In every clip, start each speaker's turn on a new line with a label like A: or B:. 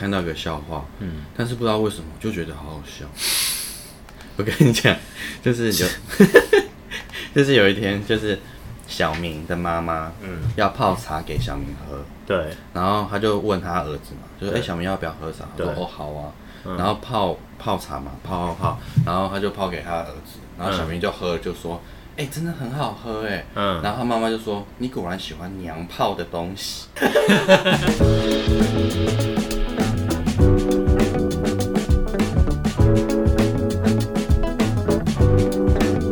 A: 看到一个笑话，
B: 嗯，
A: 但是不知道为什么就觉得好好笑。 我跟你讲，就是有， 就是有一天，就是小明的妈妈，
B: 嗯，
A: 要泡茶给小明喝，
B: 对，
A: 然后他就问他儿子嘛，就说：“哎、小明要不要喝茶？”他说：“
B: 对嗯
A: 哦，好啊。”然后泡泡茶嘛，泡泡泡，然后他就泡给他儿子，然后小明就喝，就说：“哎、真的很好喝哎。”
B: 嗯，
A: 然后他妈妈就说：“你果然喜欢娘炮的东西。”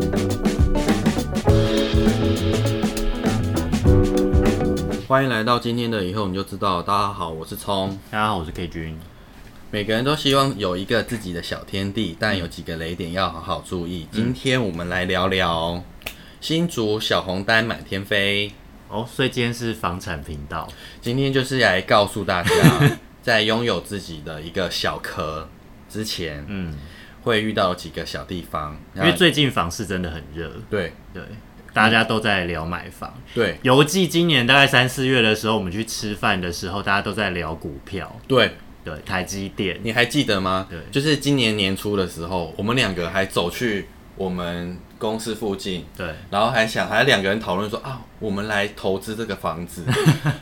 A: 欢迎来到今天的以后你就知道了。大家好，我是聪。
B: 大家好，我是 K 君。
A: 每个人都希望有一个自己的小天地，但有几个雷点要好好注意。今天我们来聊聊新竹小红单满天飞。
B: 哦，所以今天是房产频道，
A: 今天就是来告诉大家， 在拥有自己的一个小壳之前，
B: 嗯，
A: 会遇到几个小地方。
B: 因为最近房市真的很热，
A: 对
B: 对，大家都在聊买房。
A: 对
B: 犹记今年大概三四月的时候，我们去吃饭的时候，大家都在聊股票，
A: 对，
B: 对，台积电，
A: 你还记得吗？
B: 嗯对
A: 就是今年年初的时候，我们两个还走去我们公司附近，
B: 对，
A: 然后还想还两个人讨论说啊，我们来投资这个房 子，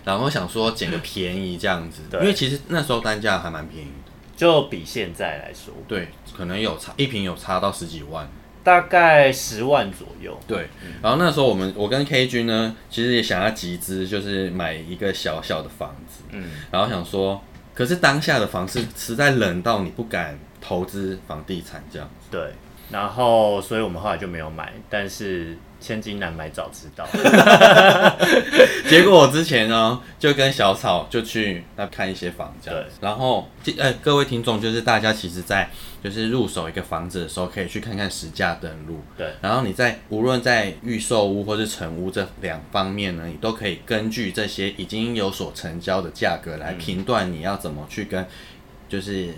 A: 然后想说捡个便宜这样子，因
B: 对
A: 为其实那时候单价还蛮便宜的，
B: 就比现在来说，
A: 对，可能有差一平有差到十几万，
B: 大概十万左右，
A: 对。然后那时候我们我跟 K 君呢，其实也想要集资，就是买一个小小的房子，
B: 嗯，
A: 然后想说，可是当下的房市实在冷到你不敢投资房地产这样，
B: 对。然后，所以我们后来就没有买，但是千金难买早知道，
A: 结果我之前呢，就跟小草就去那看一些房价
B: 对，
A: 然后记呃各位听众就是大家其实在就是入手一个房子的时候，可以去看看实价登录，
B: 对，
A: 然后你在无论在预售屋或是成屋这两方面呢，你都可以根据这些已经有所成交的价格来评断你要怎么去跟就是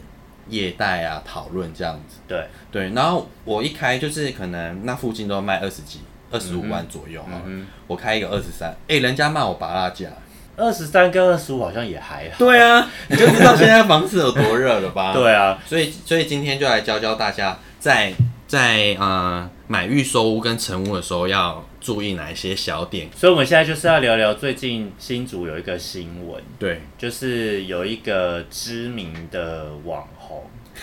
A: 业贷啊讨论这样子。
B: 对，
A: 对，然后我一开就是可能那附近都卖二十几、二十五万左
B: 嗯
A: 右好了我开一个二十三，哎，人家骂我拔蜡价。
B: 二十三跟二十五好像也还好，
A: 对啊， 你就知道现在房市有多热了 吧？，
B: 对啊，
A: 所以所以今天就来教教大家在在呃买预售屋跟成屋的时候要注意哪一些小点。
B: 所以我们现在就是要聊聊最近新竹有一个新闻，
A: 对，
B: 就是有一个知名的网红，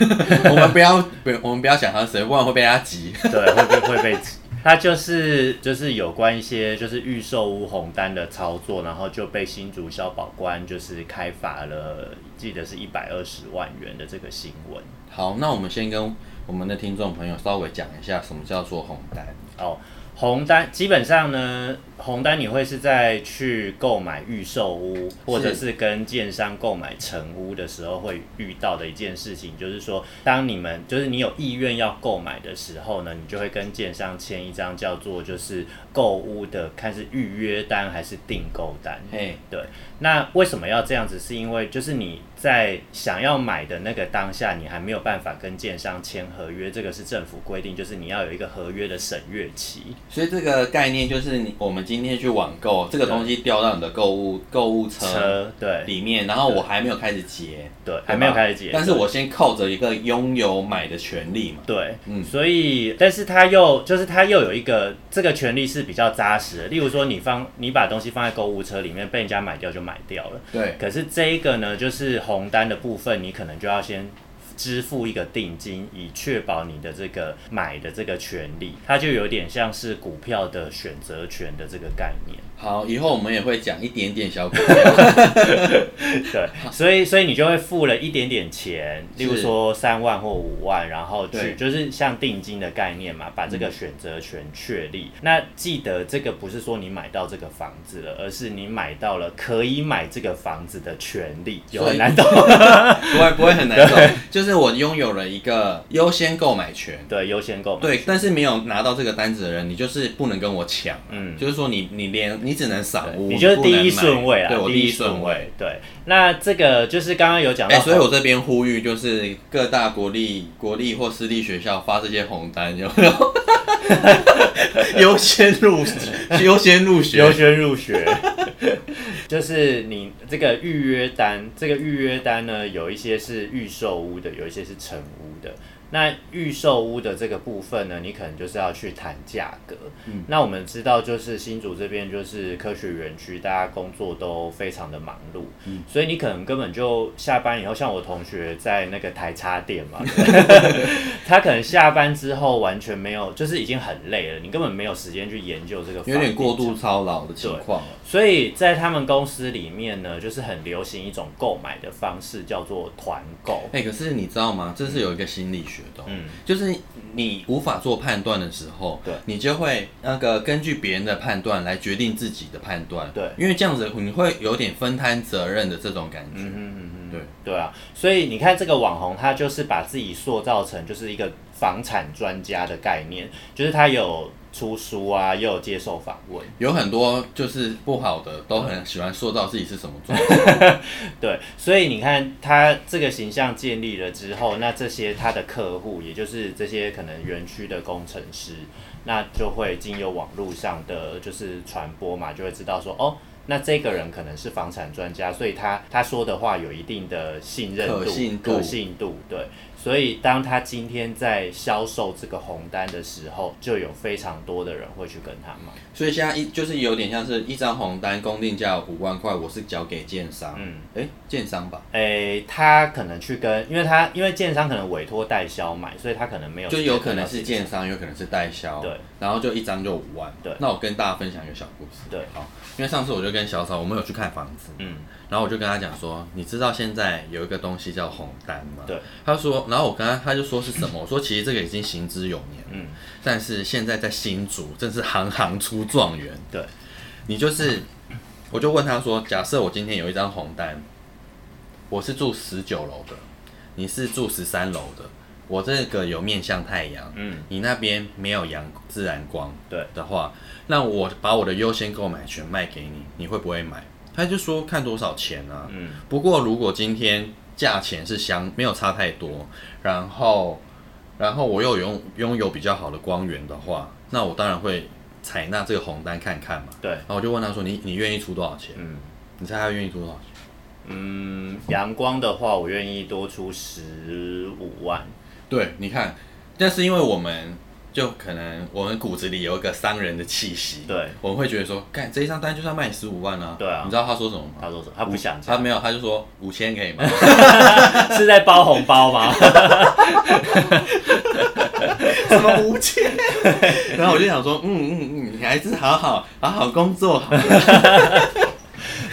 A: 我们不要不我们不要想他是谁，不然会被他急。
B: 对，会被会被挤。他就是就是有关一些就是预售屋红单的操作，然后就被新竹消保官就是开罚了，记得是一百二十万元的这个新闻。
A: 好，那我们先跟我们的听众朋友稍微讲一下什么叫做红单。
B: 哦，红单基本上呢，红单你会是在去购买预售屋，或者是跟建商购买成屋的时候会遇到的一件事情，就是说，当你们就是你有意愿要购买的时候呢，你就会跟建商签一张叫做就是购屋的，看是预约单还是订购单。
A: 嘿，
B: 对，那为什么要这样子？是因为就是你在想要买的那个当下，你还没有办法跟建商签合约，这个是政府规定，就是你要有一个合约的审阅期。
A: 所以这个概念就是你我们今天去网购，这个东西掉到你的购物购物车
B: 车对
A: 里面，然后我还没有开始结，
B: 对，还没有开始解，
A: 但是我先扣着一个拥有买的权利嘛。
B: 对，
A: 嗯
B: 所以但是他又就是他又有一个这个权利是比较扎实的，例如说你放你把东西放在购物车里面被人家买掉就买掉了，
A: 对，
B: 可是这一个呢，就是红单的部分，你可能就要先。支付一个定金，以确保你的这个买的这个权利，它就有点像是股票的选择权的这个概念。
A: 好，以后我们也会讲一点点小股。
B: 对，所以所以你就会付了一点点钱，例如
A: 是
B: 说三万或五万，然后
A: 对嗯
B: 去就是像定金的概念嘛，把这个选择权确立。那记得这个不是说你买到这个房子了，而是你买到了可以买这个房子的权利，有
A: 所以
B: 很难懂。
A: 不会不会很难受， 就是我拥有了一个优先购买权。
B: 对，优先购买。
A: 对，但是没有拿到这个单子的人，你就是不能跟我抢，啊
B: 嗯。
A: 就是说你你连你只能扫屋，
B: 你就是
A: 不
B: 第
A: 能买
B: 一顺位啦，
A: 对我
B: 第
A: 一
B: 顺
A: 顺位。。
B: 对，那这个就是刚刚有讲
A: 哎、
B: 到，
A: 所以我这边呼吁就是各大国立、国立或私立学校发这些红单，有没有？ 优先入优先入学，
B: 优先入学， 就是你这个预约单，这个预约单呢，有一些是预售屋的，有一些是成屋的。那预售屋的这个部分呢，你可能就是要去谈价格。
A: 嗯
B: 那我们知道，就是新竹这边就是科学园区，大家工作都非常的忙碌，
A: 嗯
B: 所以你可能根本就下班以后，像我同学在那个台插店 嘛，他可能下班之后完全没有，就是已经很累了，你根本没有时间去研究这个，
A: 有点过度。操劳的情况啊了。
B: 所以在他们公司里面呢，就是很流行一种购买的方式，叫做团购。
A: 哎、可是你知道吗？这是有一个心理学的哦、
B: 嗯，
A: 就是你无法做判断的时候，
B: 对
A: 你就会那个根据别人的判断来决定自己的判断，
B: 对
A: 因为这样子你会有点分摊责任的这种感觉，
B: 嗯哼嗯哼，
A: 对
B: 对啊，所以你看这个网红，他就是把自己塑造成就是一个房产专家的概念，就是他有出书啊，又有接受访问，
A: 有很多就是不好的都很喜欢塑造自己是什么状态。
B: 对，所以你看他这个形象建立了之后，那这些他的客户，也就是这些可能园区的工程师，那就会经由网络上的就是传播嘛，就会知道说哦。那这个人可能是房产专家，所以他他说的话有一定的信任度、
A: 可信度
B: 可信度，对。所以当他今天在销售这个红单的时候，就有非常多的人会去跟他买。
A: 所以现在一就是有点像是一张红单，公定价五万块，我是交给建商，
B: 嗯，
A: 哎、建商吧，
B: 诶、他可能去跟，因为他因为建商可能委托代销买，所以他可能没有，
A: 就有可能是建，商，有可能是代销，
B: 对，
A: 然后就一张就五万，
B: 对
A: 那我跟大家分享一个小故事，
B: 对，
A: 好，因为上次我就跟小嫂，我们有去看房子，
B: 嗯，
A: 然后我就跟他讲说，你知道现在有一个东西叫红单吗？
B: 对，
A: 他说，然后我跟他他就说是什么，我说其实这个已经行之有年，
B: 嗯，
A: 但是现在在新竹真是行行出状元，
B: 对，
A: 你就是，我就问他说，假设我今天有一张红单，我是住十九楼的，你是住十三楼的，我这个有面向太阳，
B: 嗯，
A: 你那边没有阳自然光，
B: 对
A: 的话，那我把我的优先购买权卖给你，你会不会买？他就说看多少钱啊。
B: 嗯，
A: 不过如果今天价钱是相没有差太多，然后然后我又拥拥有比较好的光源的话，那我当然会采纳这个红单看看嘛。
B: 对，
A: 然后我就问他说你你愿意出多少钱？
B: 嗯
A: 你猜他愿意出多少钱？
B: 嗯，阳光的话，我愿意多出十五万，
A: 对，你看，但是因为我们就可能我们骨子里有一个商人的气息，
B: 对，
A: 我们会觉得说，干这一张单就是要卖十五万啊。
B: 对啊
A: 你知道他说什么 吗？
B: 他说什么？他不想
A: 他
B: 讲，
A: 没有，他就说五千可以 吗？
B: 是在包红包吗？
A: 什么五千？ 然后我就想说，嗯嗯嗯，你还是好好好好工作。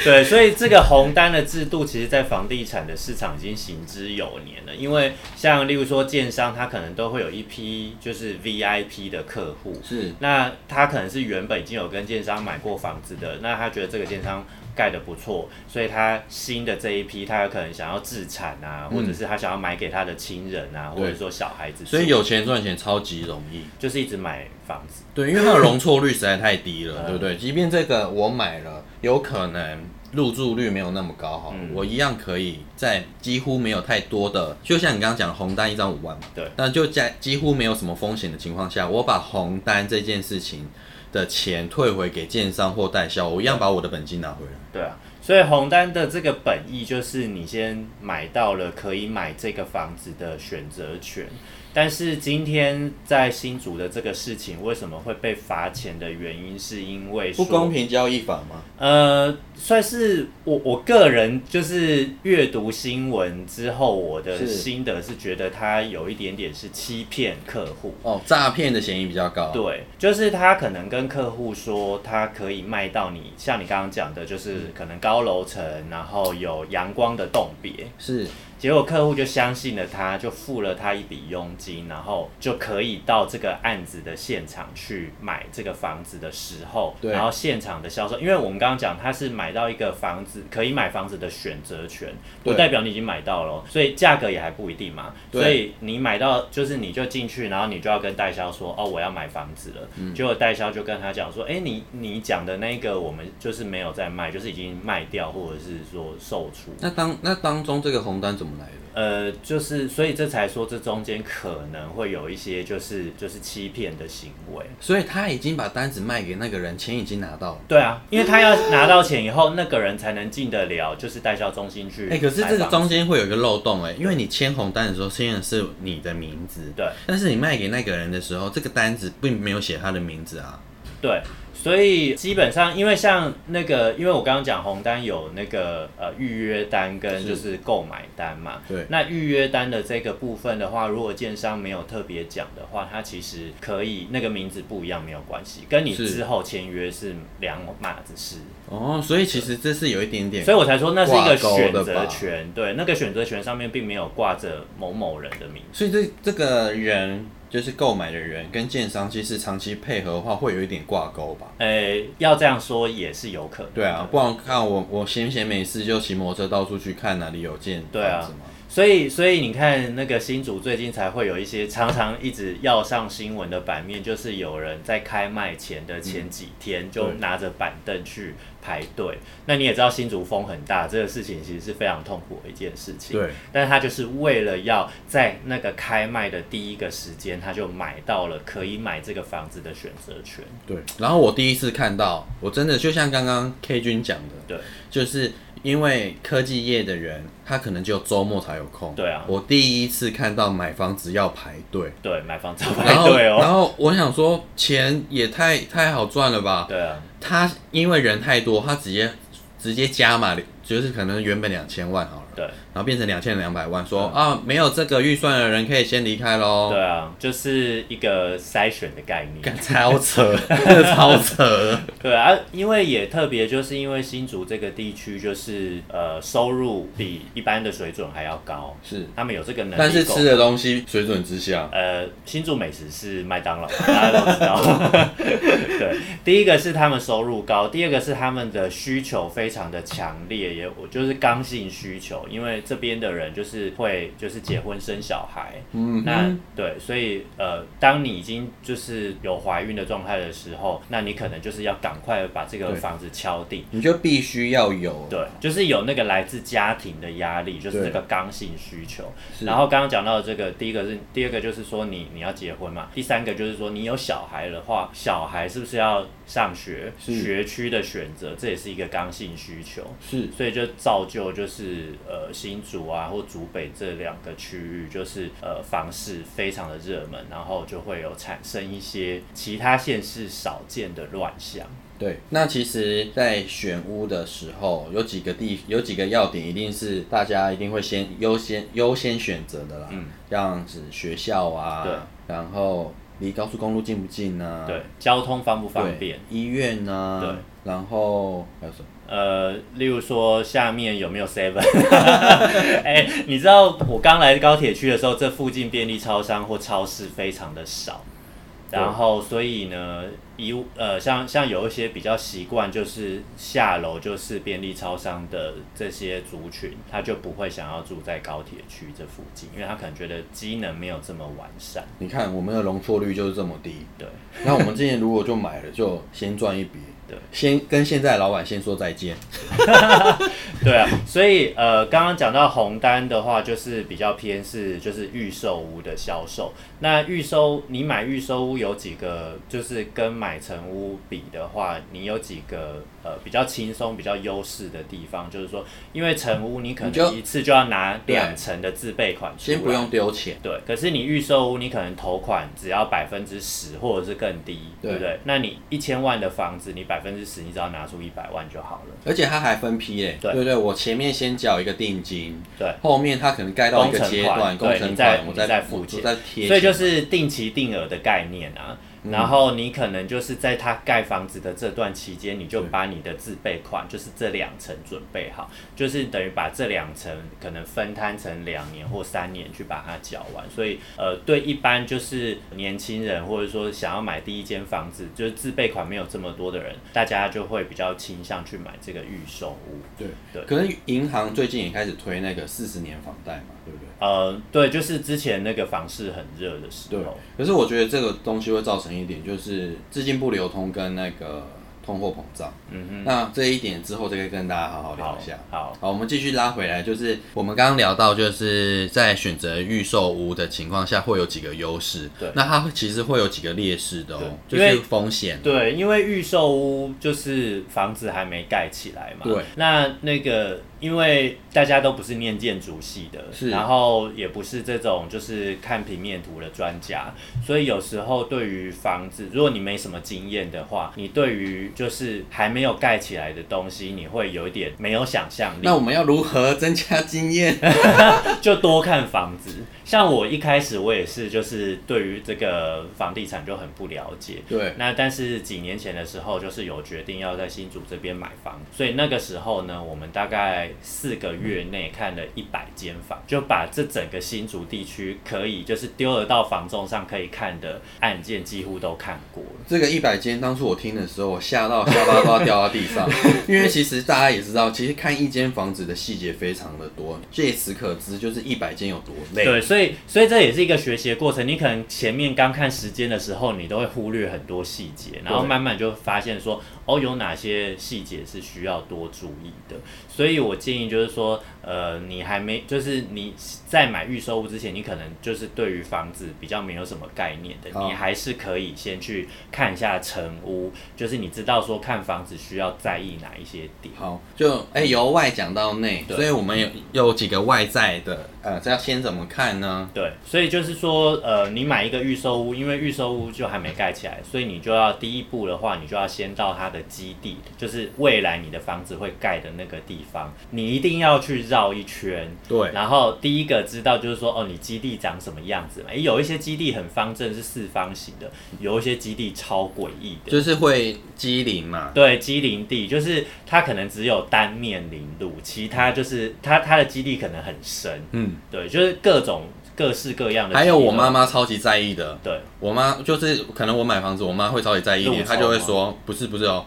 B: 对，所以这个红单的制度，其实在房地产的市场已经行之有年了。因为像例如说建商，他可能都会有一批就是 VIP 的客户，
A: 是
B: 那他可能是原本已经有跟建商买过房子的，那他觉得这个建商盖的不错，所以他新的这一批，他有可能想要自产啊，
A: 嗯
B: 或者是他想要买给他的亲人啊，
A: 对
B: 或者说小孩子住，
A: 所以有钱赚钱超级容易。
B: 就是一直买房子，
A: 对，因为它的容错率实在太低了，
B: 嗯
A: 对不对？即便这个我买了，有可能入住率没有那么高，好了，
B: 嗯
A: 我一样可以在几乎没有太多的，就像你刚刚讲的红单一张五万嘛，
B: 对
A: 那就在几乎没有什么风险的情况下，我把红单这件事情的钱退回给建商或代销，我一样把我的本金拿回来。
B: 对啊。所以红单的这个本意就是你先买到了可以买这个房子的选择权，但是今天在新竹的这个事情为什么会被罚钱的原因，是因为
A: 不
B: 说
A: 公平交易法吗？
B: 呃，算是我我个人就是阅读新闻之后，我的
A: 是
B: 心得是觉得他有一点点是欺骗客户。
A: 哦，诈骗的嫌疑比较高。
B: 对，就是他可能跟客户说，他可以卖到你，像你刚刚讲的，就是可能高楼层，然后有阳光的栋别，
A: 是
B: 结果客户就相信了他，就付了他一笔佣金，然后就可以到这个案子的现场去买这个房子的时候，
A: 对
B: 然后现场的销售，因为我们刚刚讲他是买到一个房子可以买房子的选择权，不
A: 对
B: 代表你已经买到了哦，所以价格也还不一定嘛。
A: 对
B: 所以你买到就是你就进去，然后你就要跟代销说哦我要买房子了，
A: 嗯
B: 结果代销就跟他讲说，哎你你讲的那个我们就是没有在卖，就是已经卖掉或者是说售出。
A: 那当那当中这个红单怎么来的？
B: 呃，就是所以这才说这中间可能会有一些就是就是欺骗的行为。
A: 所以他已经把单子卖给那个人，钱已经拿到了。
B: 对啊，因为他要拿到钱以后，那个人才能进得了，就是代销中心去
A: 哎、
B: 采访。
A: 可是这个中间会有一个漏洞哎、因为你签红单的时候签的是你的名字，
B: 对
A: 但是你卖给那个人的时候，这个单子并没有写他的名字啊。
B: 对，所以基本上，因为像那个，因为我刚刚讲红单有那个呃预约单跟
A: 是
B: 就是购买单嘛。
A: 对
B: 那预约单的这个部分的话，如果建商没有特别讲的话，它其实可以那个名字不一样没有关系，跟你
A: 是
B: 之后签约是两码子事。
A: 哦，所以其实这是有一点点
B: 所以我才说那是一个
A: 挂钩
B: 选
A: 的
B: 择
A: 吧
B: 权，对，那个选择权上面并没有挂着某某人的名
A: 所
B: 字。
A: 以这这个人就是购买的人跟建商其实长期配合的话，会有一点挂钩吧？
B: 诶、要这样说也是有可能。
A: 对啊，，不然看我我闲闲没事就骑摩托车到处去看哪里有建
B: 对啊
A: 房子嘛
B: 所以，所以你看，那个新竹最近才会有一些常常一直要上新闻的版面，就是有人在开卖前的前几天就
A: 嗯对
B: 拿着板凳去排队。那你也知道新竹风很大，这个事情其实是非常痛苦的一件事情。
A: 对，
B: 但是他就是为了要在那个开卖的第一个时间，他就买到了可以买这个房子的选择权。
A: 对。然后我第一次看到，我真的就像刚刚 K 君讲的，
B: 对，
A: 就是因为科技业的人，他可能只有周末才有空。
B: 对啊
A: 我第一次看到买房子要排队，
B: 对，买房子要
A: 然
B: 排
A: 后
B: 队哦。
A: 然后我想说，钱也太太好赚了吧？
B: 对啊，
A: 他因为人太多，他直接直接加码，就是可能原本两千万好了，
B: 对。
A: 然后变成两千两百万，说、啊没有这个预算的人可以先离开喽。
B: 对啊，就是一个筛选的概念。
A: 干超扯，真的 超扯。
B: 对啊，因为也特别，就是因为新竹这个地区，就是呃收入比一般的水准还要高，
A: 是，
B: 他们有这个能力。
A: 但是吃，的东西水准之下，
B: 呃，新竹美食是麦当 劳，大家都知道。 对，第一个是他们收入高，第二个是他们的需求非常的强烈，也我就是刚性需求，因为这边的人就是会就是结婚生小孩，
A: 嗯哼，
B: 那对，所以呃，当你已经就是有怀孕的状态的时候，那你可能就是要赶快把这个
A: 对
B: 房子敲定。
A: 你就必须要有，
B: 对，就是有那个来自家庭的压力，就是
A: 对
B: 这个刚性需求。
A: 是
B: 然后刚刚讲到的这个，第一个是第二个就是说你你要结婚嘛，第三个就是说你有小孩的话，小孩是不是要上学？
A: 是
B: 学区的选择，这也是一个刚性需求。
A: 是
B: 所以就造就就是呃新竹啊或竹北这两个区域，就是呃房市非常的热门，然后就会有产生一些其他县市少见的乱象。
A: 对，那其实，在选屋的时候，有几个地，有几个要点，一定是大家一定会先优先优先选择的啦。
B: 嗯，
A: 像是学校啊，
B: 对，
A: 然后离高速公路近不近呢、
B: 对，交通方不
A: 对，
B: 方便？
A: 医院呢、对，然后还有什么？
B: 呃，例如说下面有没有 Seven？哎、你知道我刚来高铁区的时候，这附近便利超商或超市非常的少，
A: 对
B: 然后所以呢，以呃像像有一些比较习惯就是下楼就是便利超商的这些族群，他就不会想要住在高铁区这附近，因为他可能觉得机能没有这么完善。
A: 你看我们的容错率就是这么低。
B: 对，
A: 那我们之前如果就买了，就先赚一笔。
B: 对，
A: 先跟现在的老板先说再见。
B: 对啊，所以呃，刚刚讲到红单的话，就是比较偏是就是预售屋的销售。那预售你买预售屋有几个，就是跟买成屋比的话，你有几个呃比较轻松、比较优势的地方？就是说，因为成屋你可
A: 你就
B: 能一次就要拿
A: 对
B: 两成的自备款出来，
A: 先不用丢钱。
B: 对，可是你预售屋，你可能头款只要百分之十或者是更低，对
A: 对
B: 不对？那你一千万的房子，你百分之十，你只要拿出一百万就好了。
A: 而且它还分批嘞、
B: 对
A: 对对，我前面先缴一个定金，
B: 对，
A: 后面它可能盖到一个阶段，
B: 工
A: 工
B: 程款对
A: 程
B: 你再
A: 款，我
B: 你再付
A: 我
B: 钱
A: 再贴钱，嗯
B: 所以就是定期定额的概念啊。然后你可能就是在他盖房子的这段期间，你就把你的自备款，就是这两层准备好，就是等于把这两层可能分摊成两年或三年去把它缴完。所以呃，对一般就是年轻人或者说想要买第一间房子，就是自备款没有这么多的人，大家就会比较倾向去买这个预售屋。
A: 对
B: 对
A: 可能银行最近也开始推那个四十年房贷嘛，对不对？
B: 呃，对，就是之前那个房市很热的时
A: 对
B: 候，。
A: 可是我觉得这个东西会造成一点，就是资金不流通跟那个通货膨胀。嗯哼，那这一点之后再跟大家好好聊一下。
B: 好好
A: 好，我们继续拉回来，就是我们刚刚聊到，就是在选择预售屋的情况下，会有几个优势。
B: 对
A: 那它会其实会有几个劣势的哦，就
B: 对因为
A: 是风险。
B: 对，因为预售屋就是房子还没盖起来嘛。
A: 对。
B: 那那个，因为大家都不是念建筑系的，
A: 是
B: 然后也不是这种就是看平面图的专家，所以有时候对于房子，如果你没什么经验的话，你对于就是还没有盖起来的东西，你会有一点没有想象力
A: 那。我们要如何增加经验？
B: 就多看房子。像我一开始我也是，就是对于这个房地产就很不了解。
A: 对
B: 那但是几年前的时候，就是有决定要在新竹这边买房，所以那个时候呢，我们大概四个月内看了一百间房，就把这整个新竹地区可以就是丢得到房仲上可以看的案件几乎都看过了。
A: 这个一百间，当初我听的时候，我吓到下巴都要掉到地上， 因为其实大家也知道，其实看一间房子的细节非常的多，借此可知，就是一百间有多累。
B: 对，所以所以这也是一个学习的过程。你可能前面刚看时间的时候，你都会忽略很多细节，然后慢慢就发现说，哦，有哪些细节是需要多注意的。所以我建议就是说，呃，你还没就是你在买预售屋之前，你可能就是对于房子比较没有什么概念的，
A: 好
B: 你还是可以先去看一下成屋，就是你知道说看房子需要在意哪一些点。
A: 好，就哎、由外讲到内，
B: 对
A: 所以我们有有几个外在的，呃，这要先怎么看呢？
B: 对，所以就是说，呃，你买一个预售屋，因为预售屋就还没盖起来，所以你就要第一步的话，你就要先到它的基地，就是未来你的房子会盖的那个地方，你一定要去绕一圈。
A: 对
B: 然后第一个知道就是说，哦，你基地长什么样子嘛？诶，有一些基地很方正，是四方形的；有一些基地超诡异的。
A: 就是会机灵嘛，
B: 对，机林地就是它可能只有单面林路，其他就是它它的基地可能很深。
A: 嗯，
B: 对，就是各种各式各样的。
A: 还有我妈。妈超级在意的，
B: 对，
A: 我妈就是可能我买房子，我妈会超级在意一点，
B: 路冲
A: 她
B: 吗
A: 就会说不是不是哦，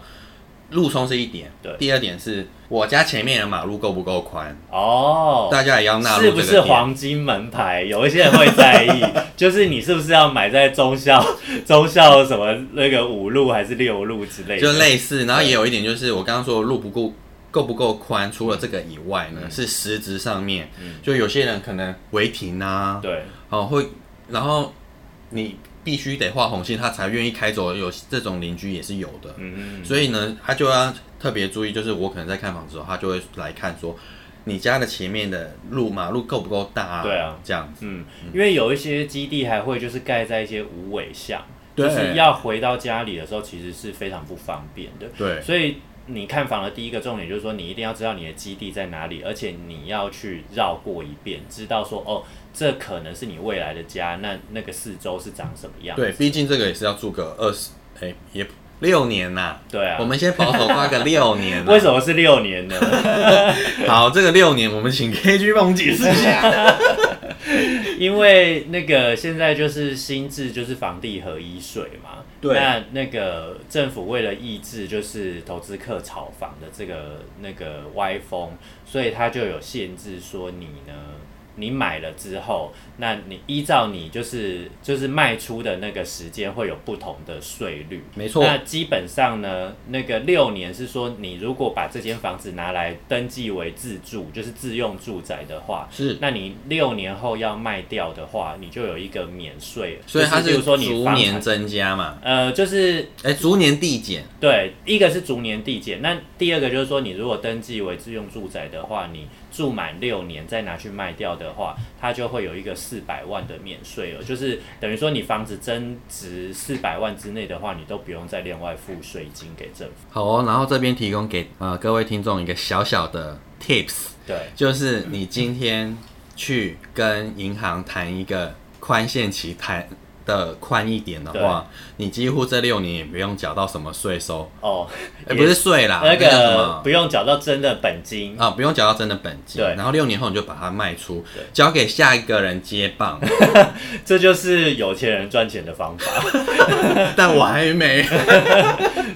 A: 路冲是一点，
B: 对
A: 第二点是我家前面的马路够不够宽，
B: 哦，
A: 大家也要纳入
B: 是
A: 这
B: 不
A: 个
B: 是
A: 点。
B: 黄金门牌？有一些人会 在意，就是你是不是要买在中 校、中校什么那个五路还是六路之类的？
A: 就类似，然后也有一点就是我刚刚说的路不够够不够宽，除了这个以外
B: 嗯
A: 呢，是实质上面，就有些人可能违停啊，
B: 对
A: 哦会，然后你必须得画红线，他才愿意开走，有这种邻居也是有的，
B: 嗯
A: 所以呢，他就要特别注意，就是我可能在看房子的时候，他就会来看说。你家的前面的路马路够不够大、啊？
B: 对啊，
A: 这样子
B: 嗯，因为有一些基地还会就是盖在一些无尾巷，
A: 对
B: 就是要回到家里的时候其实是非常不方便的。
A: 对
B: 所以你看房的第一个重点就是说，你一定要知道你的基地在哪里，而且你要去绕过一遍，知道说哦，这可能是你未来的家，那那个四周是长什么样。
A: 对，毕竟这个也是要住个二十，哎，也六年呐、
B: 对啊，
A: 我们先保守花个六年、啊。
B: 为什么是六年呢？
A: 好，这个六年我们请 KG 帮我们解释一 下。
B: 因为那个现在就是新制就是房地合一税嘛，
A: 对
B: 那那个政府为了抑制就是投资客炒房的这个那个歪风，所以它就有限制说你呢。你买了之后，那你依照你就是就是卖出的那个时间会有不同的税率，
A: 没错
B: 那基本上呢，那个六年是说，你如果把这间房子拿来登记为自住，就是自用住宅的话，
A: 是
B: 那你六年后要卖掉的话，你就有一个免税，
A: 所以它
B: 就是比
A: 是
B: 如说你
A: 逐
B: 房
A: 年
B: 产
A: 增加嘛？
B: 呃，就是
A: 哎、逐年递减。
B: 对，一个是逐年递减，那第二个就是说，你如果登记为自用住宅的话，你住满六年再拿去卖掉的话，它就会有一个四百万的免税额，就是等于说你房子增值四百万之内的话，你都不用再另外付税金给政府。
A: 好哦，然后这边提供给呃各位听众一个小小的 tips，
B: 对，
A: 就是你今天去跟银行谈一个宽限期谈的宽一点的话，你几乎这六年也不用缴到什么税收，
B: 哦，
A: 哎、
B: 也
A: 不是税啦，
B: 那
A: 叫什
B: 个
A: 么
B: 不用缴到真的本金，
A: 啊、不用缴到真的本金，
B: 对
A: 然后六年后你就把它卖出
B: 对，
A: 交给下一个人接棒。
B: 这就是有钱人赚钱的方法。
A: 但我还没。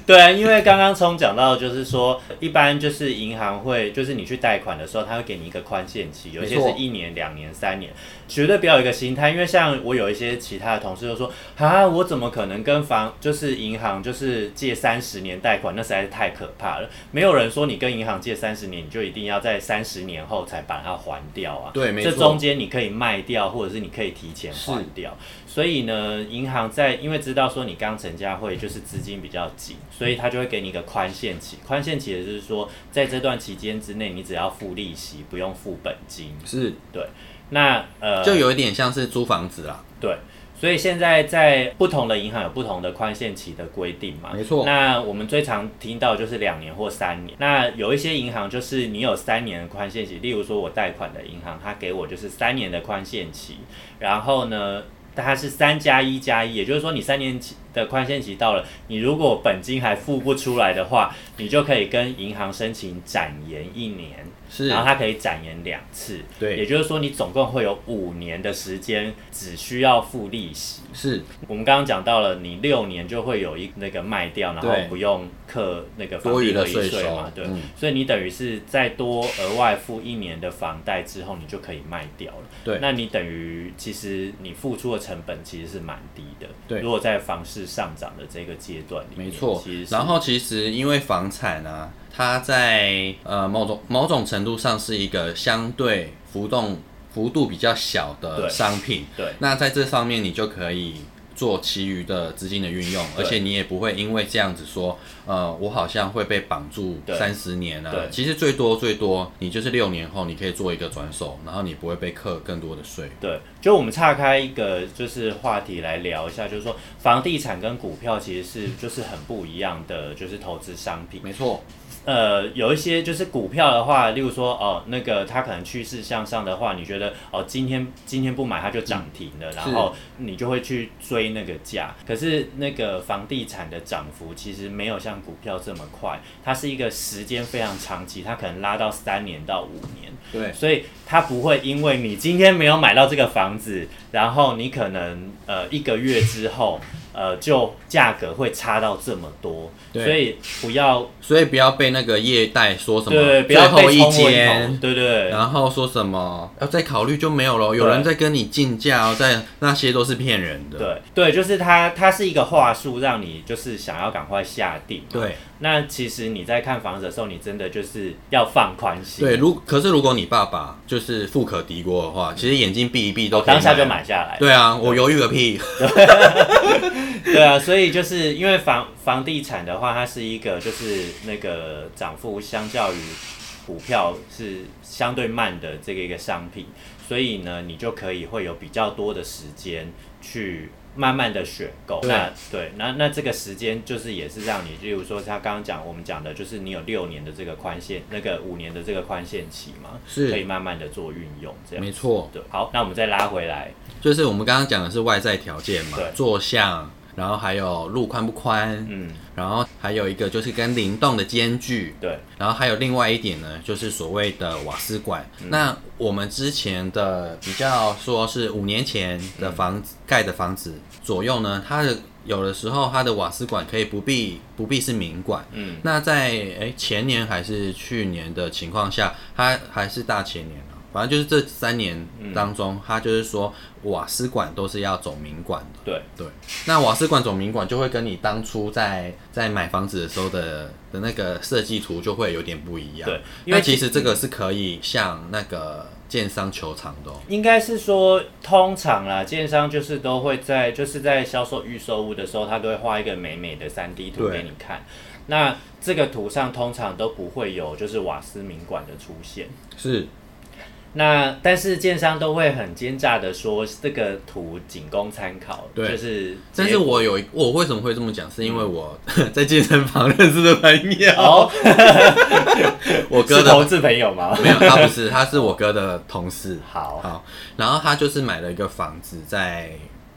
B: 对，啊因为刚刚聪讲到，就是说，一般就是银行会，就是你去贷款的时候，他会给你一个宽限期，有
A: 没
B: 些是
A: 错
B: 一年、两年、三年，绝对不要有一个心态，因为像我有一些其他的同事就说，啊，我怎么可能跟房就是银行就是借三十年贷款，那实在是太可怕了。没有人说你跟银行借三十年，你就一定要在三十年后才把它还掉啊。
A: 对没
B: 这
A: 错
B: 中间你可以卖掉，或者是你可以提前还掉。所以呢，银行在因为知道说你刚成家会就是资金比较紧，所以他就会给你一个宽限期。宽限期也就是说，在这段期间之内，你只要付利息，不用付本金。
A: 是，
B: 那呃，
A: 就有一点像是租房子啦，
B: 对，所以现在在不同的银行有不同的宽限期的规定嘛。
A: 没错
B: 那我们最常听到就是两年或三年。那有一些银行就是你有三年的宽限期，例如说我贷款的银行，它给我就是三年的宽限期，然后呢。它是三加一加一，也就是说你三年期的宽限期到了，你如果本金还付不出来的话，你就可以跟银行申请展延一年，
A: 是
B: 然后它可以展延两次，
A: 对
B: 也就是说你总共会有五年的时间，只需要付利息。
A: 是，
B: 我们刚刚讲到了，你六年就会有一那个卖掉，然后
A: 对
B: 不用课那个房
A: 多余
B: 地
A: 的
B: 合一
A: 税
B: 税
A: 收
B: 嘛，对，
A: 嗯
B: 所以你等于是再多额外付一年的房贷之后，你就可以卖掉了。
A: 对
B: 那你等于其实你付出的成本其实是蛮低的。
A: 对
B: 如果在房市上涨的这个阶段里面，
A: 没错
B: 其实。是
A: 然后其实因为房产啊，它在呃某种某种程度上是一个相对浮动幅度比较小的
B: 对
A: 商品，
B: 对
A: 那在这方面你就可以做其余的资金的运用，而
B: 对
A: 且你也不会因为这样子说，呃，我好像会被绑住
B: 对
A: 三十年啊
B: 对。
A: 其实最多最多，你就是六年后你可以做一个转手，然后你不会被课更多的税。
B: 对，就我们岔开一个就是话题来聊一下，就是说房地产跟股票其实是就是很不一样的，就是投资商品。
A: 没错，
B: 呃，有一些就是股票的话，例如说哦，那个它可能趋势向上的话，你觉得哦，今天今天不买它就涨停了，然后你就会去追那个价。可是那个房地产的涨幅其实没有像股票这么快，它是一个时间非常长期，它可能拉到三年到五年。
A: 对，
B: 所以它不会因为你今天没有买到这个房子，然后你可能呃一个月之后，呃就价格会差到这么多，
A: 对
B: 所以不要
A: 所以不要被那个业贷说什么
B: 对不
A: 最
B: 要被
A: 后一
B: 冲昏头
A: 间，，
B: 对对对
A: 然后说什么要再考虑就没有了。有人在跟你竞价哦，在那些都是骗人的。
B: 对对，就是它它是一个话术，让你就是想要赶快下定。，
A: 对
B: 那其实你在看房子的时候，你真的就是要放宽心，
A: 对，，如可是如果你爸爸就是富可敌国的话，其实眼睛闭一闭都可以
B: 嗯当下就
A: 了
B: 买下来。
A: 对啊，我犹豫个屁。
B: 对啊，所以就是因为房房地产的话，它是一个就是那个涨幅相较于股票是相对慢的这个一个商品，所以呢，你就可以会有比较多的时间去慢慢的选购。
A: 对
B: 那对，那那这个时间就是也是让你，例如说他刚刚讲我们讲的，就是你有六年的这个宽限，那个五年的这个宽限期嘛，
A: 是
B: 可以慢慢的做运用这样。
A: 没错，
B: 对，好，那我们再拉回来，
A: 就是我们刚刚讲的是外在条件嘛
B: 对，
A: 坐向，然后还有路宽不宽，
B: 嗯，
A: 然后还有一个就是跟灵动的间距，
B: 对，
A: 然后还有另外一点呢，就是所谓的瓦斯管。那我们之前的比较说是五年前的房子、盖的房子左右呢，它的有的时候它的瓦斯管可以不必不必是明管。
B: 嗯，
A: 那在诶前年还是去年的情况下，它还是大前年啊反正就是这三年当中，它就是说瓦斯管都是要走明管的。
B: 对，
A: 对，那瓦斯管总明管就会跟你当初在在买房子的时候的的那个设计图就会有点不一样。
B: 对因为
A: 那
B: 其
A: 其实这个是可以向那个建商求偿的、哦。
B: 应该是说，通常啦，建商就是都会在就是在销售预售屋的时候，他都会画一个美美的三 D 图
A: 对
B: 给你看。那这个图上通常都不会有就是瓦斯明管的出现。
A: 是，
B: 那但是建商都会很奸诈的说，这个图仅供参考，
A: 对
B: 就是
A: 但是我有一我为什么会这么讲，是因为我 在健身房认识的朋友，
B: 嗯哦，
A: 我哥
B: 是
A: 的
B: 投资朋友吗？
A: 没有，他不是，他是我哥的同事。
B: 好，
A: 好，然后他就是买了一个房子在，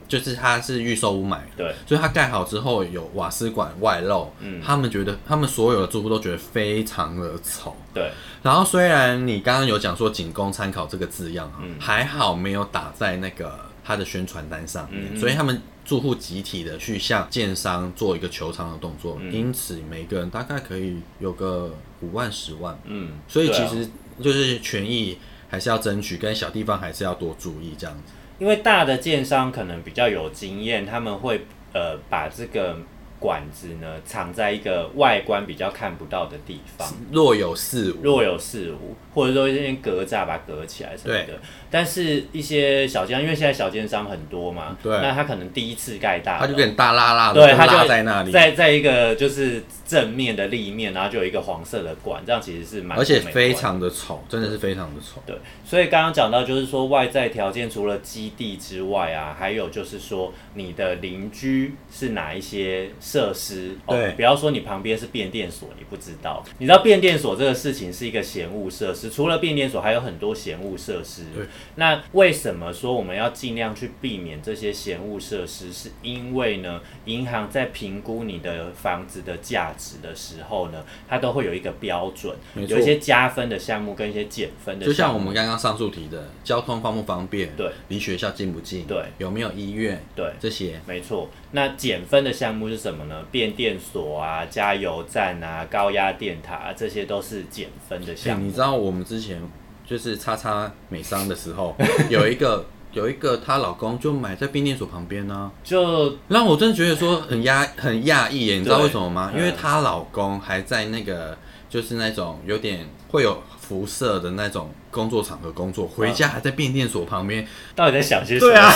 A: 就是他是预售屋买的。
B: 对，嗯
A: 所以它盖好之后有瓦斯管外漏，他们觉得他们所有的住户都觉得非常的丑。
B: 对，
A: 然
B: 嗯
A: 后虽然你刚刚有讲说仅供参考这个字样啊，还好没有打在那个它的宣传单上面，
B: 嗯
A: 所以他们住户集体的去向建商做一个求偿的动作，
B: 嗯
A: 因此每个人大概可以有个五万十万，
B: 嗯，
A: 所以
B: 对
A: 其
B: 啊
A: 实就是权益还是要争取，跟小地方还是要多注意这样子。
B: 因为大的建商可能比较有经验，他们会呃把这个管子呢藏在一个外观比较看不到的地方。
A: 若有似无，
B: 若有似无，或者说一些隔栅把它隔起来什么
A: 对
B: 的。但是一些小奸，因为现在小奸商很多嘛，
A: 对
B: 那他可能第一次盖大楼，
A: 他就给你大拉拉的，
B: 对，
A: 就
B: 他
A: 拉
B: 就
A: 在那里，
B: 在在一个就是正面的立面，然后就有一个黄色的管，这样其实是蛮
A: 而且
B: 不美观的
A: 非常的丑，真的是非常的丑。
B: 对，所以刚刚讲到，就是说外在条件除了基地之外啊，还有就是说你的邻居是哪一些设施？
A: 对
B: 不要说你旁边是变电所，你不知道。你知道变电所这个事情是一个嫌恶设施，除了变电所，还有很多嫌恶设施
A: 对。
B: 那为什么说我们要尽量去避免这些嫌恶设施？是因为呢，银行在评估你的房子的价值的时候呢，它都会有一个标准，
A: 没错
B: 有一些加分的项目跟一些减分的项目。
A: 就像我们刚刚上述提的，交通方不方便，
B: 对，
A: 离学校近不近，
B: 对，
A: 有没有医院，
B: 对，
A: 这些
B: 没错。那减分的项目是什么呢？变电所啊、加油站啊、高压电塔、啊，这些都是减分的
A: 欸
B: 项目。
A: 你知道我们之前就是叉叉美商的时 候，有一个有一个她老公就买在变电所旁边啊
B: 哎
A: 呢、
B: 就
A: 让我真的觉得说很 压很压抑耶，你知道
B: 对
A: 为什么吗？
B: 嗯
A: 因为她老公还在那个就是那种有点会有辐射的那种工作场合工作，回家还在变电所旁 边，
B: 到底在想些什么？
A: 对啊，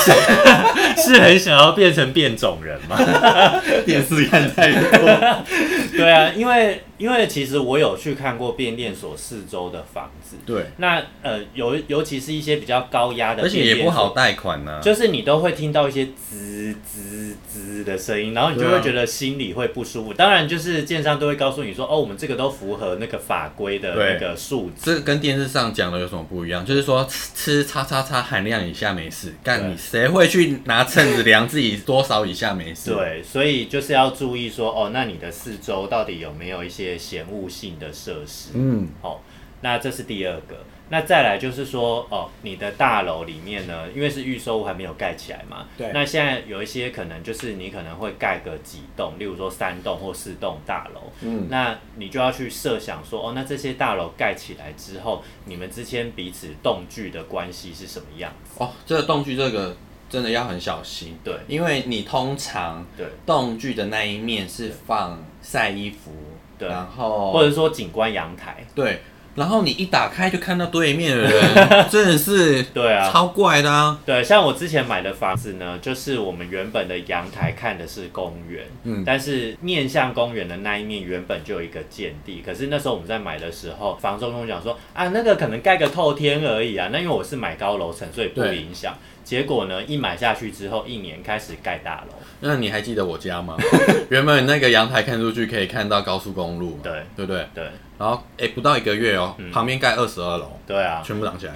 B: 是很想要变成变种人吗？
A: 电视看太多，
B: 对啊，因为因为其实我有去看过变电所四周的房子，
A: 对，
B: 那呃，尤尤其是一些比较高压的，
A: 而且也不好。贷款啊呢、
B: 就是你都会听到一些滋滋滋的声音，然后你就
A: 对
B: 会
A: 啊
B: 觉得心里会不舒服。当然，就是建商都会告诉你说，哦，我们这个都符合那个法规的
A: 对
B: 那个数字。
A: 这个跟电视上讲的有什么不一样？就是说吃吃叉叉叉含量以下没事，干
B: 对
A: 你谁会去拿秤子量自己多少以下没事？，
B: 对，所以就是要注意说，哦，那你的四周到底有没有一些嫌恶性的设施？
A: 嗯，
B: 哦，那这是第二个。那再来就是说，哦，你的大楼里面呢，因为是预售屋还没有盖起来嘛，
A: 对
B: 那现在有一些可能就是你可能会盖个几栋，例如说三栋或四栋大楼，
A: 嗯，
B: 那你就要去设想说，哦，那这些大楼盖起来之后，你们之间彼此栋距的关系是什么样？
A: 哦，这个动距这个真的要很小心，
B: 对
A: 因为你通常
B: 对，
A: 动距的那一面是放晒衣服，
B: 对
A: 然后
B: 或者说景观阳台，
A: 对，然后你一打开就看到对面的 人，真的是
B: 对啊，
A: 超怪的啊，
B: 对，像我之前买的房子呢，就是我们原本的阳台看的是公园，
A: 嗯
B: 但是面向公园的那一面原本就有一个建地，可是那时候我们在买的时候，房东跟我讲说啊，那个可能盖个透天而已啊，那因为我是买高楼层，所以不
A: 对
B: 影响。结果呢，一买下去之后，一年开始盖大楼，
A: 那你还记得我家 吗？原本那个阳台看出去可以看到高速公路嘛，
B: 对嗯
A: 对不对？
B: 对
A: 然后哎、诶不到一个月哦，旁边盖二十二楼，
B: 对啊，
A: 全部挡起来。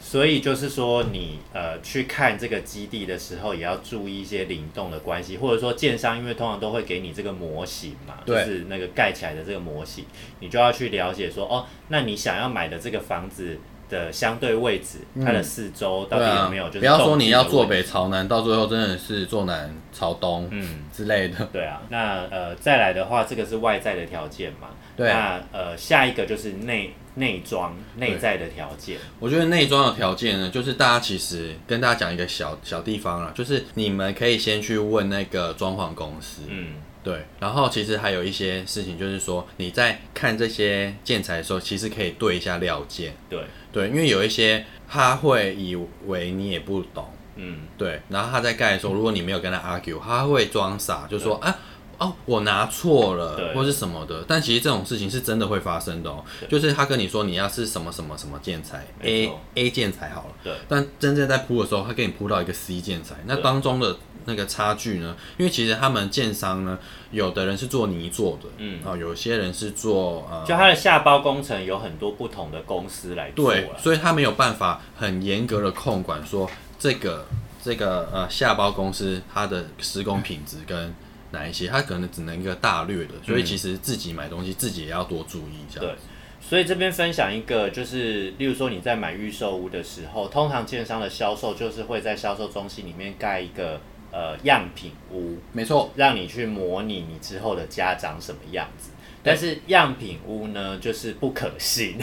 B: 所以就是说你，呃去看这个基地的时候，也要注意一些灵动的关系，或者说建商因为通常都会给你这个模型嘛，就
A: 对
B: 是那个盖起来的这个模型，你就要去了解说，哦，那你想要买的这个房子的相对位置，它的四周 到
A: 嗯对
B: 底
A: 啊，
B: 有没有就是
A: 不要说
B: 动机
A: 你要
B: 的
A: 坐
B: 问题
A: 北朝南，到最后真的是坐南朝东，
B: 嗯
A: 之类的。
B: 对啊，那呃，再来的话，这个是外在的条件嘛。
A: 对啊
B: 那呃，下一个就是内内装内在的条件。
A: 我觉得内装的条件呢，就是大家其实跟大家讲一个小小地方啦，就是你们可以先去问那个装潢公司，
B: 嗯，
A: 对。然后其实还有一些事情，就是说你在看这些建材的时候，其实可以对一下料件，
B: 对，
A: 对，因为有一些他会以为你也不懂。
B: 嗯，
A: 对，然后他在盖的时候，如果你没有跟他 argue，他会装傻，就说啊。哦，我拿错了，
B: 对
A: 或是什么的，但其实这种事情是真的会发生的哦。就是他跟你说你要是什么什么什么建材
B: 没
A: ，A
B: 错
A: A 建材好了，
B: 对，
A: 但真正在铺的时候，他给你铺到一个 C 建材，那
B: 对
A: 当中的那个差距呢？因为其实他们建商呢，有的人是做泥做的，
B: 嗯
A: 啊、有些人是做呃，
B: 就它的下包工程有很多不同的公司来做啊
A: 对，
B: 了。
A: 所以他没有办法很严格的控管说这个这个呃下包公司它的施工品质跟哪一些，他可能只能一个大略的，所以其实自己买东西自己也要多注意一下。
B: 嗯对所以这边分享一个，就是例如说你在买预售屋的时候，通常建商的销售就是会在销售中心里面盖一个呃样品屋，
A: 没错，
B: 让你去模拟你之后的家长什么样子。但是样品屋呢，就是不可信，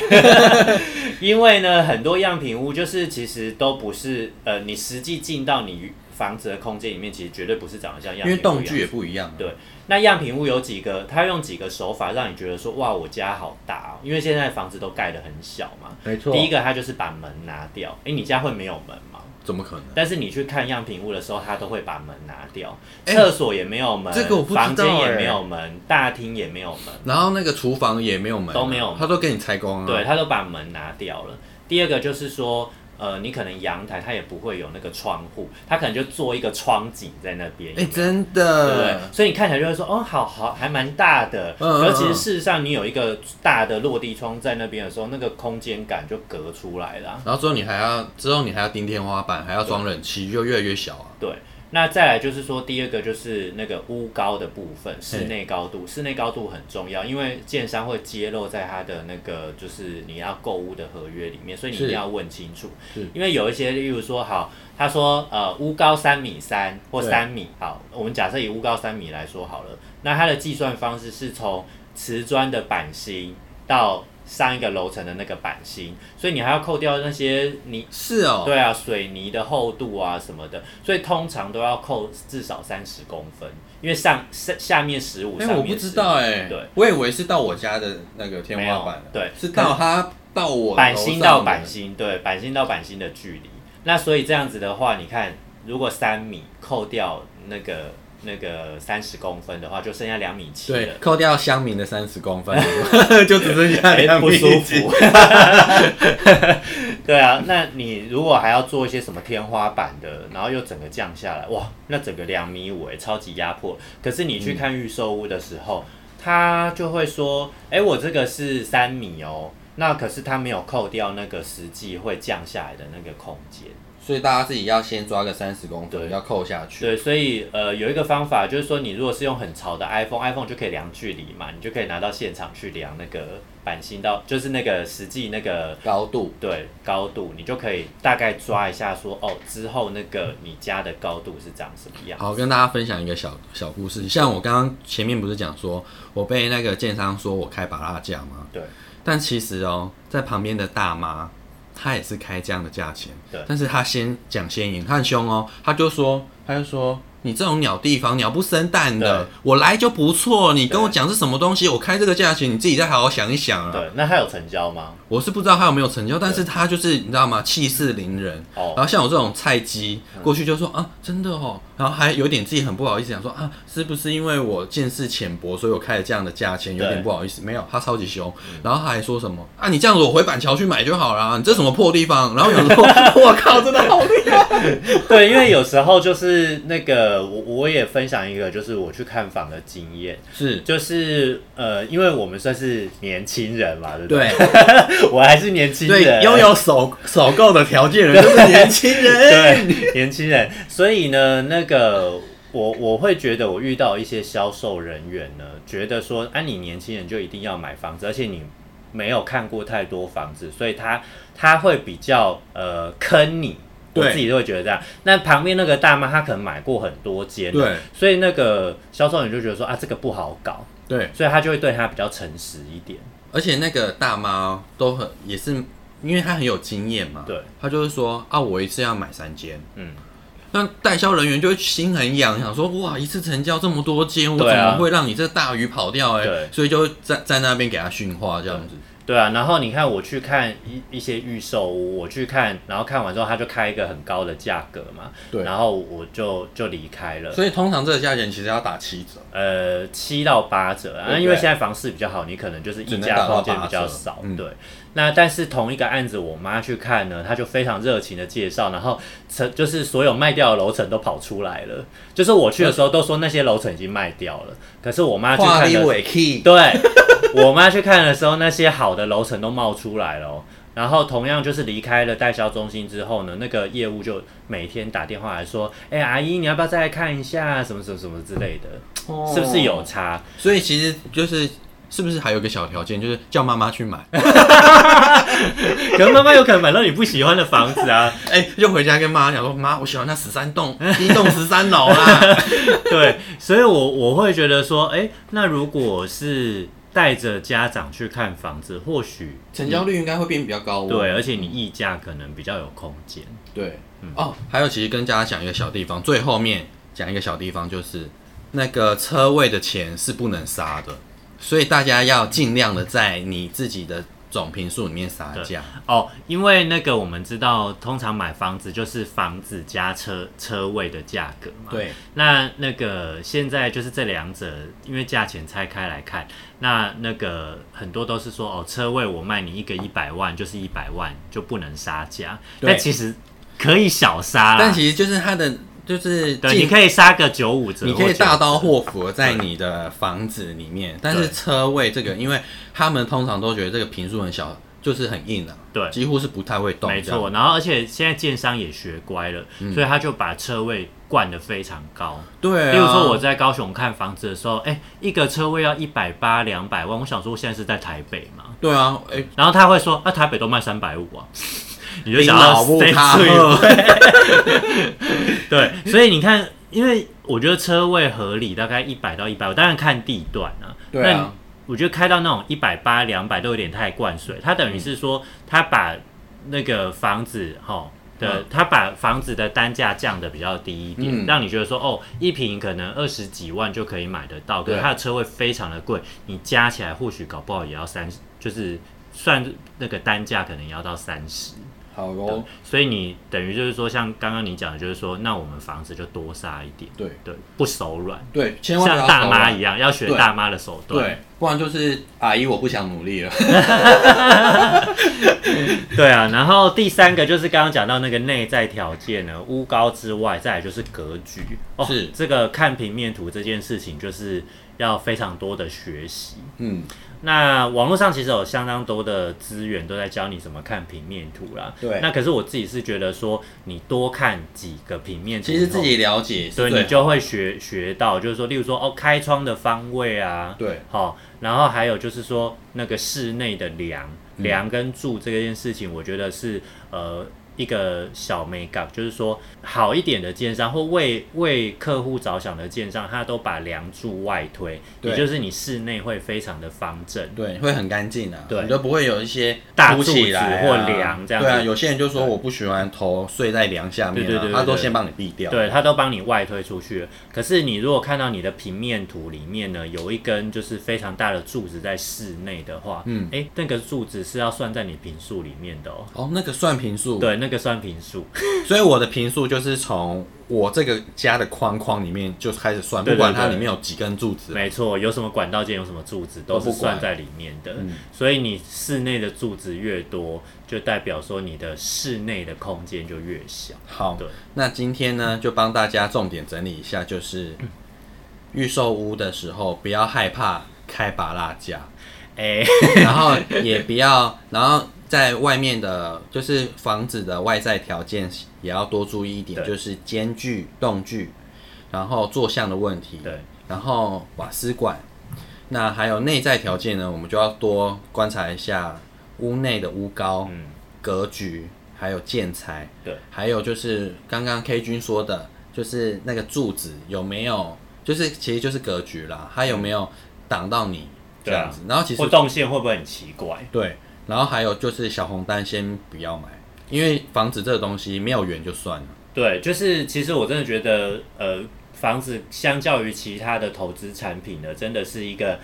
B: 因为呢，很多样品屋就是其实都不是呃，你实际进到你房子的空间里面，其实绝对不是长得像
A: 因
B: 样品屋
A: 为
B: 一样。
A: 动距也不一样啊。
B: 对，那样品屋有几个，它用几个手法让你觉得说，哇，我家好大、哦，因为现在房子都盖得很小嘛。
A: 没
B: 第一个，它就是把门拿掉。诶，你家会没有门吗？
A: 怎么可能？
B: 但是你去看样品屋的时候，它都会把门拿掉，
A: 诶
B: 厕所也没有门，
A: 这个我不知道哎
B: 房间也
A: 诶
B: 没有门，大厅也没有门。
A: 然后那个厨房也没有门啊，
B: 都没有门
A: 他都给你拆光啊。
B: 对，，他都把门拿掉了。第二个就是说，呃，你可能阳台它也不会有那个窗户，它可能就做一个窗景在那边。
A: 哎，真
B: 对不对
A: 的，？
B: 所以你看起来就会说，哦，好好，还蛮大的。
A: 嗯嗯嗯
B: 而其实事实上，你有一个大的落地窗在那边的时候，那个空间感就隔出来了啊。
A: 然后之后你还要，之后你还要钉天花板，还要装冷气，就越来越小啊。
B: 对，那再来就是说，第二个就是那个屋高的部分，室内高度，室内高度很重要，因为建商会揭露在他的那个就是你要购屋的合约里面，所以你一定
A: 是
B: 要问清楚
A: 是，
B: 因为有一些，例如说，好，他说呃屋高三米三或
A: 对
B: 三米，好，我们假设以屋高三米来说好了，那它的计算方式是从瓷砖的板型到上一个楼层的那个板型，所以你还要扣掉那些你
A: 是哦，
B: 对啊，水泥的厚度啊什么的，所以通常都要扣至少三十公分，因为上下下面十五，
A: 哎，
B: 上
A: 我
B: 面
A: 不
B: 15
A: 知道哎
B: 对，
A: 我以为是到我家的那个天花板啊，
B: 没有对
A: 是到他到我
B: 板
A: 头
B: 心
A: 上
B: 到
A: 的
B: 板心，对，板心到板心的距离。那所以这样子的话，你看，如果三米扣掉那个那个三十公分的话，就剩下两米七
A: 对
B: 了，，
A: 扣掉乡民的三十公分， 就只剩下
B: 哎
A: 两
B: 不
A: 米
B: 舒
A: 几。
B: 服。 对啊，那你如果还要做一些什么天花板的，然后又整个降下来，哇，那整个两米五哎，超级压迫。可是你去看预售屋的时候，他就会说，哎、我这个是三米哦，那可是他没有扣掉那个实际会降下来的那个空间。
A: 所以大家自己要先抓个三十公
B: 对
A: 分，要扣下去。
B: 对，所以呃，有一个方法就是说，你如果是用很潮的 iPhone，iPhone 就可以量距离嘛，你就可以拿到现场去量那个板型到，就是那个实际那个
A: 高度
B: 对高度，你就可以大概抓一下说，哦，之后那个你家的高度是长什 么样。
A: 好，跟大家分享一个小小故事。像我刚刚前面不是讲说，我被那个建商说我开拔拉价吗？
B: 对。
A: 但其实哦，在旁边的大妈，她也是开这样的价钱。
B: 对
A: 但是她先讲先赢，她很凶哦，她就说，她就说。你这种鸟地方，鸟不生蛋的
B: 对，
A: 我来就不错。你跟我
B: 对
A: 讲是什么东西，我开这个价钱，你自己再好好想一想啊。
B: 对，那它有成交吗？
A: 我是不知道他有没有成交，但是他就是你知道吗？气势凌人。
B: 哦
A: 然后像我这种菜鸡过去就说啊，真的哦，然后还有点自己很不好意思讲说啊，是不是因为我见识浅薄，所以我开了这样的价钱，有
B: 对
A: 点不好意思。没有，他超级凶，然后他还说什么啊，你这样子我回板桥去买就好啦，你这什么破地方？然后有时候 我靠，真的好厉害。
B: 对，因为有时候就是那个，我我也分享一个，就是我去看房的经验，
A: 是，
B: 就是呃，因为我们算是年轻人嘛，对不对？
A: 对
B: 我还是年轻人，
A: 对，拥有首首购的条件的人就是年轻人。
B: 对，年轻人。所以呢，那个我我会觉得，我遇到一些销售人员呢，觉得说，啊，你年轻人就一定要买房子，而且你没有看过太多房子，所以他他会比较呃坑你。我
A: 对
B: 自己都会觉得这样。那旁边那个大妈，她可能买过很多间，啊
A: 对，
B: 所以那个销售人就觉得说啊，这个不好搞，
A: 对，
B: 所以他就会对他比较诚实一点。
A: 而且那个大妈都很也是，因为她很有经验嘛，
B: 对，
A: 她就是说啊，我一次要买三间，
B: 嗯，
A: 那代销人员就会心很痒，想说哇，一次成交这么多间，我
B: 对
A: 怎
B: 啊
A: 么会让你这大鱼跑掉、欸？哎、
B: 对
A: 所以就在在那边给他训话这样子，
B: 对啊，然后你看我去看一一些预售屋，我去看，然后看完之后他就开一个很高的价格嘛，
A: 对
B: 然后我就就离开了。
A: 所以通常这个价钱其实要打七折，
B: 呃，七到八折，
A: 对
B: 啊，
A: 对
B: 因为现在房市比较好，你可能就是溢
A: 只
B: 价
A: 能打到
B: 空间
A: 八
B: 比较
A: 折
B: 少，
A: 嗯
B: 对。那但是同一个案子，我妈去看呢，她就非常热情的介绍，然后层就是所有卖掉的楼层都跑出来了，就是我去的时候都说那些楼层已经卖掉了，可是我妈去
A: 画
B: 看
A: 力
B: 的
A: 尾 key，
B: 对我妈去看的时候，那些好的楼层都冒出来了哦、然后同样就是离开了代销中心之后呢，那个业务就每天打电话来说：“哎、阿姨，你要不要啊
A: 哦
B: 再来看一下什么什么什么之类的？是不是有？差？
A: 所以其实就是是不是还有个小条件，就是叫妈妈去 买？
B: 可能妈妈有可能买到你不喜欢的房子啊，
A: 哎、就回家跟妈讲说，妈，我喜欢那十三栋，一栋十三楼 啦。
B: 对，所以我我会觉得说，哎、那如果是带着家长去看房子，或许
A: 成交率应该会变比较高哦。
B: 对，而且你溢价可能比较有空间。
A: 对，
B: 嗯
A: 哦，还有其实跟大家讲一个小地方，最后面讲一个小地方就是那个车位的钱是不能杀的，所以大家要尽量的在你自己的总平数里面杀价。
B: 哦，因为那个我们知道，通常买房子就是房子加车车位的价格嘛。。
A: 对，
B: 那那个现在就是这两者，因为价钱拆开来看，那那个很多都是说哦，车位我卖你一个一百万，就是一百万，就不能杀价。
A: 对
B: 但其实可以小杀啦，
A: 但其实就是它的就是
B: 啊对，
A: 尽
B: 你可以杀个九五折，
A: 你可以大刀阔斧在
B: 对
A: 你的房子里面，但是
B: 对
A: 车位这个，因为他们通常都觉得这个平数很小，就是很硬啊，
B: 对
A: 几乎是不太会动，
B: 没错，，然后而且现在建商也学乖了，
A: 嗯
B: 所以他就把车位灌得非常高。
A: 对、啊，
B: 例如说我在高雄看房子的时候，哎、一个车位要一百八两百万，我想说我现在是在台北嘛，
A: 对啊，哎、
B: 然后他会说啊台北都卖三百五啊， 你就想
A: 林
B: 要
A: 老木
B: stay
A: 卡
B: free 对，所以你看，因为我觉得车位合理大概一百到一百五，当然看地段啊，
A: 对啊，
B: 我觉得开到那种一百八、两百都有点太灌水。他等于是说，他把那个房子哈的，他把房子的单价降的比较低一点，
A: 嗯
B: 让你觉得说，哦，一平可能二十几万就可以买得到，可
A: 对
B: 是它的车位非常的贵，你加起来或许搞不好也要三，就是算那个单价可能也要到三十。
A: 好哦，
B: 所以你等于就是说，像刚刚你讲的，就是说，那我们房子就多杀一点，
A: 对
B: 对，不手软，
A: 对，千万不要
B: 像大妈
A: 手
B: 一样，要学
A: 对
B: 大妈的手段。
A: 对，不然就是阿姨我不想努力了，
B: 对啊，然后第三个就是刚刚讲到那个内在条件呢，屋高之外，再来就是格局哦。
A: 是
B: 这个看平面图这件事情，就是要非常多的学习。
A: 嗯，
B: 那网络上其实有相当多的资源都在教你怎么看平面图啦。
A: 对
B: 那可是我自己是觉得说，你多看几个平面图以
A: 其
B: 后，
A: 实自己了解是
B: 对你
A: 最
B: 就会学学到，就是说，例如说哦，开窗的方位啊，
A: 对，
B: 好、然后还有就是说那个室内的梁、
A: 嗯
B: 梁跟柱这件事情，我觉得是呃一个小美感，就是说好一点的建商或为为客户着想的建商，他都把梁柱外推，
A: 对
B: 也就是你室内会非常的方正。
A: 对，会很干净啊，
B: 对
A: 你都不会有一些
B: 大
A: 凸
B: 柱
A: 起
B: 子
A: 来、啊、
B: 或梁这样
A: 对啊，
B: 子
A: 有些人就说我不喜欢头睡在梁下面、啊，
B: 对对对对
A: 他都
B: 对
A: 先帮你避掉，
B: 对，它都帮你外推出去了。可是你如果看到你的平面图里面呢，有一根就是非常大的柱子在室内的话，嗯
A: 嗯，
B: 哎，那个柱子是要算在你平数里面的哦。
A: 哦，那个算平数，
B: 对，那个算平数。
A: 所以我的平数就是从我这个家的框框里面就开始算，
B: 对对
A: 不管它
B: 对
A: 里面有几根柱子。
B: 没错，有什么管道间，有什么柱子，都是
A: 都不管嗯
B: 算在里面的。所以你室内的柱子越多，就代表说你的室内的空间就越小。
A: 好
B: 对，
A: 那今天呢就帮大家重点整理一下，就是预售屋的时候不要害怕开拔蜡价，
B: 哎、
A: 然后也不要，然后在外面的，就是房子的外在条件也要多注意一点，
B: 对
A: 就是间距、动距，然后坐向的问题，
B: 对，
A: 然后瓦斯管，那还有内在条件呢，我们就要多观察一下屋内的屋高、
B: 嗯，
A: 格局，还有建材，
B: 对，
A: 还有就是刚刚 K 君说的，就是那个柱子有没有，就是其实就是格局啦，它有没有挡到你这
B: 对啊
A: 样子，然后其实
B: 或动线会不会很奇怪？
A: 对，然后还有就是小红单先不要买，因为房子这个东西没有缘就算了。
B: 对，就是其实我真的觉得，呃，房子相较于其他的投资产品呢，真的是一个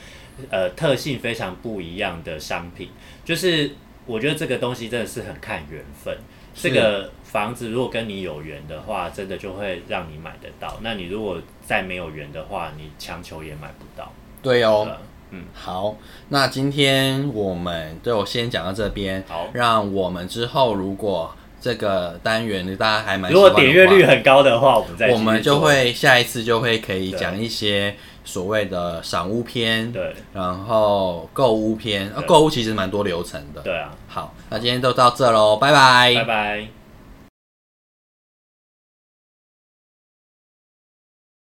B: 呃特性非常不一样的商品。就是我觉得这个东西真的是很看缘分。这
A: 是
B: 个房子如果跟你有缘的话，真的就会让你买得到。那你如果再没有缘的话，你强求也买不到。
A: 对哦，
B: 呃
A: 好，那今天我们就先讲到这边，
B: 好
A: 让我们之后如果这个单元大家还蛮喜
B: 如
A: 欢
B: 果
A: 的
B: 点阅
A: 话
B: 率很高的话，我们再
A: 我
B: 继
A: 们
B: 续
A: 就
B: 做
A: 会下一次就会可以
B: 对
A: 讲一些所谓的赏屋篇，
B: 对
A: 然后购物篇，啊
B: 对
A: 购物其实蛮多流程的。
B: 对啊，
A: 好，那今天就到这喽，拜拜
B: 拜拜。